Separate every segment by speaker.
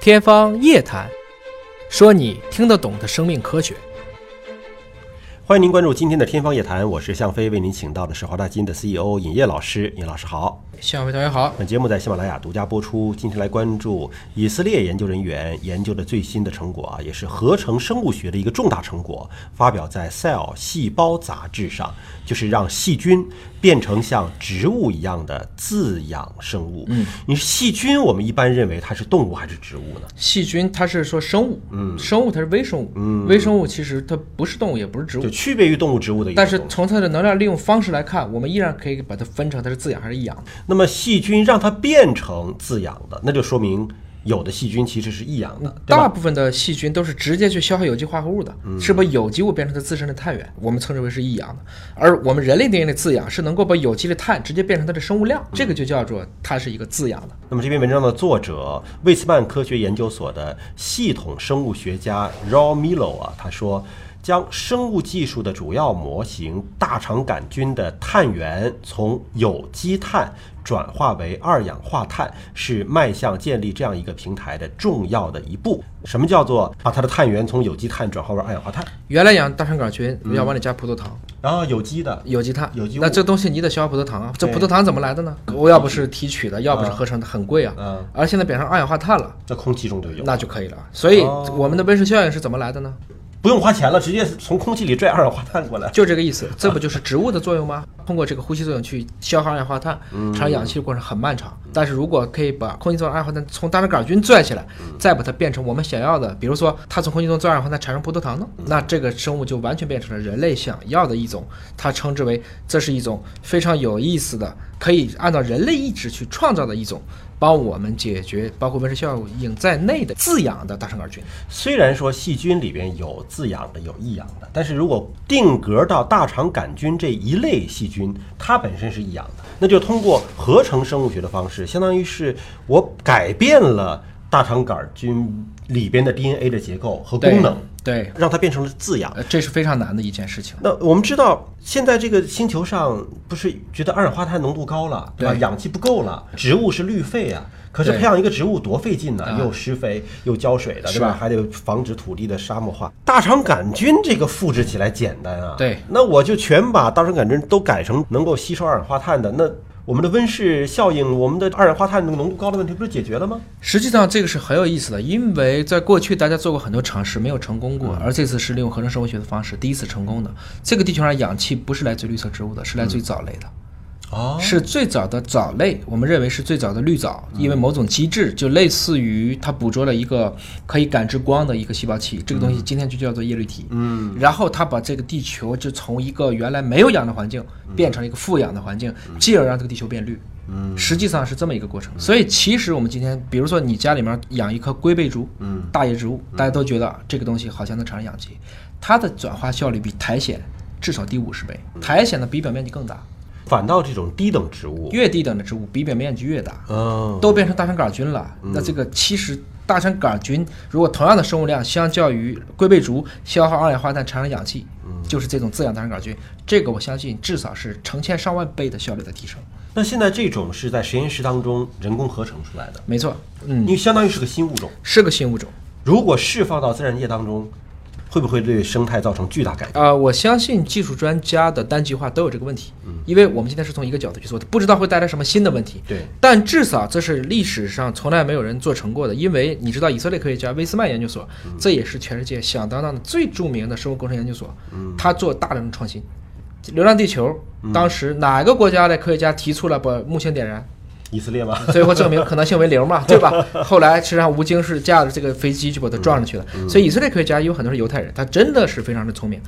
Speaker 1: 天方夜谭，说你听得懂的生命科学。
Speaker 2: 欢迎您关注今天的《天方夜谭》，我是向飞，为您请到的是华大基因的 CEO 尹烨老师。尹老师好，
Speaker 1: 向飞同学好。
Speaker 2: 本节目在喜马拉雅独家播出。今天来关注以色列研究人员研究的最新的成果啊，也是合成生物学的一个重大成果，发表在《Cell 细胞》杂志上，就是让细菌变成像植物一样的自养生物。嗯，你是细菌，我们一般认为它是动物还是植物呢？
Speaker 1: 细菌它是说生物，嗯，生物它是微生物，嗯，微生物其实它不是动物，也不是植物
Speaker 2: 就，区别于动物、植物的一个
Speaker 1: 但是
Speaker 2: 东西。
Speaker 1: 从它的能量利用方式来看，我们依然可以把它分成它是自养还是异养。
Speaker 2: 那么细菌让它变成自养的，那就说明有的细菌其实是异养的，对吧？嗯
Speaker 1: 大部分的细菌都是直接去消耗有机化合物的，是把有机物变成它自身的碳源，我们称之为是异氧的。而我们人类定义的自氧是能够把有机的碳直接变成它的生物
Speaker 2: 嗯
Speaker 1: 量，这个就叫做它是一个自氧的。
Speaker 2: 那么这篇文章的作者魏茨曼科学研究所的系统生物学家 Raul Milo 啊，他说，将生物技术的主要模型大肠杆菌的碳源从有机碳转化为二氧化碳，是迈向建立这样一个平台的重要的一步。什么叫做把它的碳源从有机碳转化为二氧化碳？
Speaker 1: 原来养大肠杆菌
Speaker 2: 嗯
Speaker 1: 要往里加葡萄糖，
Speaker 2: 然后有机的
Speaker 1: 有机碳，
Speaker 2: 有机物
Speaker 1: 那这东西你得消耗葡萄糖啊，这
Speaker 2: 对
Speaker 1: 葡萄糖怎么来的呢？我要不是提取的，要不是合成的，很贵啊。
Speaker 2: 嗯
Speaker 1: 而现在变成二氧化碳了，
Speaker 2: 在空气中就有，哦
Speaker 1: 那就可以了。所以我们的温室效应是怎么来的呢？
Speaker 2: 不用花钱了，直接从空气里拽二氧化碳过来。
Speaker 1: 就这个意思，这不就是植物的作用吗？通过这个呼吸作用去消耗二氧化碳，
Speaker 2: 嗯
Speaker 1: 产生氧气的过程很漫长。但是如果可以把空气中的二氧化碳从大肠杆菌拽起来，再把它变成我们想要的，比如说它从空气中做二氧化碳产生葡萄糖呢，
Speaker 2: 嗯
Speaker 1: 那这个生物就完全变成了人类想要的一种，它称之为这是一种非常有意思的，可以按照人类意志去创造的一种。帮我们解决包括温室效应在内的自养的大肠杆菌，
Speaker 2: 虽然说细菌里边有自养的，有异养的，但是如果定格到大肠杆菌这一类细菌，它本身是异养的，那就通过合成生物学的方式，相当于是我改变了大肠杆菌里边的 DNA 的结构和功能，
Speaker 1: 对，对
Speaker 2: 让它变成了自养。
Speaker 1: 呃这是非常难的一件事情。
Speaker 2: 那我们知道，现在这个星球上不是觉得二氧化碳浓度高了，对吧？
Speaker 1: 对
Speaker 2: 氧气不够了，植物是绿肺啊。可是
Speaker 1: 对
Speaker 2: 培养一个植物多费劲呢、
Speaker 1: 啊
Speaker 2: 又施肥又浇水的，
Speaker 1: 是
Speaker 2: 对吧？还得防止土地的沙漠化。大肠杆菌这个复制起来简单啊，
Speaker 1: 对
Speaker 2: 那我就全把大肠杆菌都改成能够吸收二氧化碳的，那我们的温室效应，我们的二氧化碳浓度高的问题不是解决了吗？
Speaker 1: 实际上这个是很有意思的，因为在过去大家做过很多尝试，没有成功过，而这次是利用合成生物学的方式第一次成功的。这个地球上氧气不是来自于绿色植物的，是来自于藻类的。
Speaker 2: 哦，
Speaker 1: 是最早的藻类，我们认为是最早的绿藻，因为某种机制，就类似于它捕捉了一个可以感知光的一个细胞器，这个东西今天就叫做叶绿体。嗯，然后它把这个地球就从一个原来没有氧的环境变成了一个富氧的环境，进而让这个地球变绿。嗯，实际上是这么一个过程。所以其实我们今天，比如说你家里面养一棵龟背竹，嗯，大叶植物，大家都觉得这个东西好像能产生氧气，它的转化效率比苔藓至少低五十倍，苔藓的比表面积更大。
Speaker 2: 反倒这种低等植物，
Speaker 1: 越低等的植物比表面积越大，
Speaker 2: 嗯，
Speaker 1: 都变成大肠杆菌了。那这个其实大肠杆菌如果同样的生物量，相较于龟背竹消耗二氧化碳产生氧气，就是这种自养大肠杆菌，这个我相信至少是成千上万倍的效率的提升。
Speaker 2: 那现在这种是在实验室当中人工合成出来的，
Speaker 1: 没错，嗯，
Speaker 2: 因为相当于是个新物种。
Speaker 1: 是个新物种。
Speaker 2: 如果释放到自然界当中，会不会对生态造成巨大改变？
Speaker 1: 啊，我相信技术专家的单极化都有这个问题，因为我们今天是从一个角度去做的，不知道会带来什么新的问题。
Speaker 2: 对，
Speaker 1: 但至少这是历史上从来没有人做成过的，因为你知道以色列科学家威斯曼研究所，这也是全世界响当当的最著名的生物工程研究所，他做大量的创新。《流浪地球》当时哪个国家的科学家提出了把木星点燃？
Speaker 2: 以色列吗？
Speaker 1: 最后证明可能性为零嘛，对吧？后来实际上吴京是驾着这个飞机就把它撞上去了。所以以色列科学家有很多是犹太人，他真的是非常的聪明。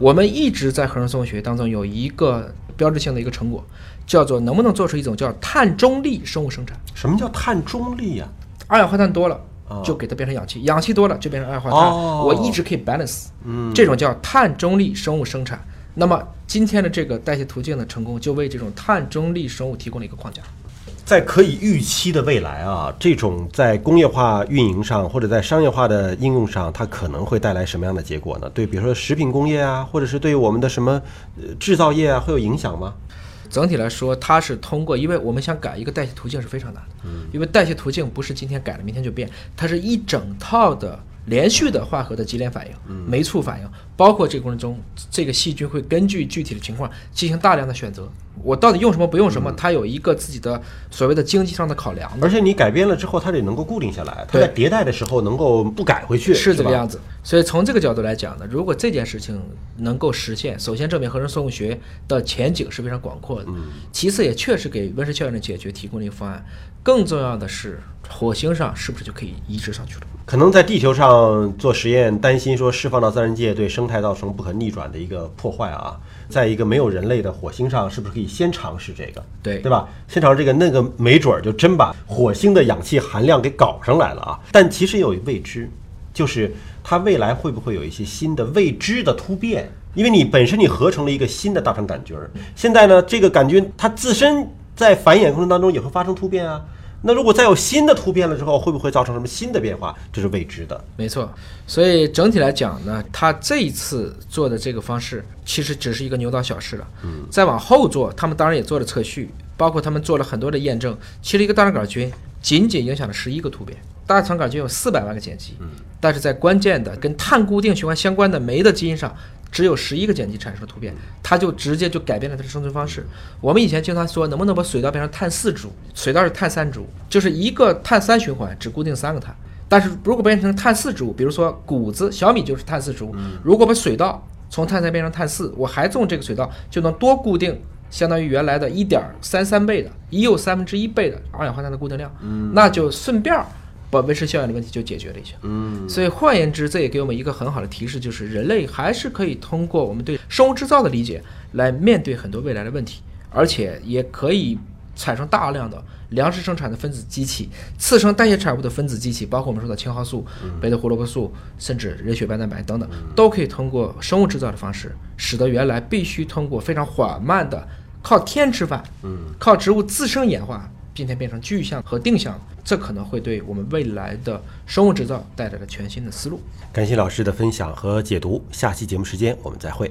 Speaker 1: 我们一直在合成生物学当中有一个标志性的一个成果，叫做能不能做出一种叫碳中立生物生产。
Speaker 2: 什么叫碳中立啊呀、
Speaker 1: 二氧化碳多了
Speaker 2: 哦。
Speaker 1: 就给它变成氧气，氧气多了就变成二氧化碳，
Speaker 2: 哦嗯
Speaker 1: 我一直可以 balance，、这种叫碳中立生物生产。那么今天的这个代谢途径的成功，就为这种碳中立生物提供了一个框架。
Speaker 2: 在可以预期的未来啊，这种在工业化运营上或者在商业化的应用上，它可能会带来什么样的结果呢？对，比如说食品工业啊，或者是对我们的什么、呃制造业啊，会有影响吗？
Speaker 1: 整体来说，它是通过，因为我们想改一个代谢途径是非常难的，因为代谢途径不是今天改了明天就变，它是一整套的连续的化合的级联反应、酶促反应，包括这个过程中，这个细菌会根据具体的情况进行大量的选择，我到底用什么不用什么，它有一个自己的所谓的经济上的考量的。
Speaker 2: 而且你改编了之后，它得能够固定下来，它
Speaker 1: 对
Speaker 2: 在迭代的时候能够不改回去，
Speaker 1: 是
Speaker 2: 是
Speaker 1: 这个
Speaker 2: 吧？
Speaker 1: 样子。所以从这个角度来讲呢，如果这件事情能够实现，首先证明合成生物学的前景是非常广阔的，
Speaker 2: 嗯
Speaker 1: 其次也确实给温室效应的解决提供了一个方案。更重要的是，火星上是不是就可以移植上去了？
Speaker 2: 可能在地球上做实验，担心说释放到自然界对生态造成不可逆转的一个破坏啊，在一个没有人类的火星上，是不是可以先尝试这个？
Speaker 1: 对
Speaker 2: 对吧？先尝试这个，那个没准儿就真把火星的氧气含量给搞上来了啊！但其实有未知，就是它未来会不会有一些新的未知的突变？因为你本身你合成了一个新的大肠杆菌儿，现在呢，这个杆菌它自身在繁衍过程当中也会发生突变啊。那如果再有新的突变了之后，会不会造成什么新的变化？这是未知的。
Speaker 1: 没错，所以整体来讲呢，他这一次做的这个方式其实只是一个牛刀小试了。嗯，再往后做，他们当然也做了测序，包括他们做了很多的验证。其实一个大肠杆菌仅仅影响了十一个突变，大肠杆菌有四百万个碱基，但是在关键的跟碳固定循环相关的酶的基因上。只有十一个碱基产生了突变，它就直接就改变了它的生存方式。我们以前经常说，能不能把水稻变成碳四株？水稻是碳三株，就是一个碳三循环只固定三个碳。但是如果变成碳四植物，比如说谷子、小米就是碳四植物。如果把水稻从碳三变成碳四，我还种这个水稻，就能多固定相当于原来的一点三三倍的，已有三分之一倍的二氧化碳的固定量。那就顺便儿把温室效应的问题就解决了一下。嗯，所以换言之，这也给我们一个很好的提示，就是人类还是可以通过我们对生物制造的理解来面对很多未来的问题，而且也可以产生大量的粮食生产的分子机器、次生代谢产物的分子机器，包括我们说的青蒿素、贝塔胡萝卜素，甚至人血白蛋白等等，都可以通过生物制造的方式，使得原来必须通过非常缓慢的靠天吃饭，嗯，靠植物自身演化，并且变成具象和定向，这可能会对我们未来的生物制造带来了全新的思路。
Speaker 2: 感谢老师的分享和解读，下期节目时间我们再会。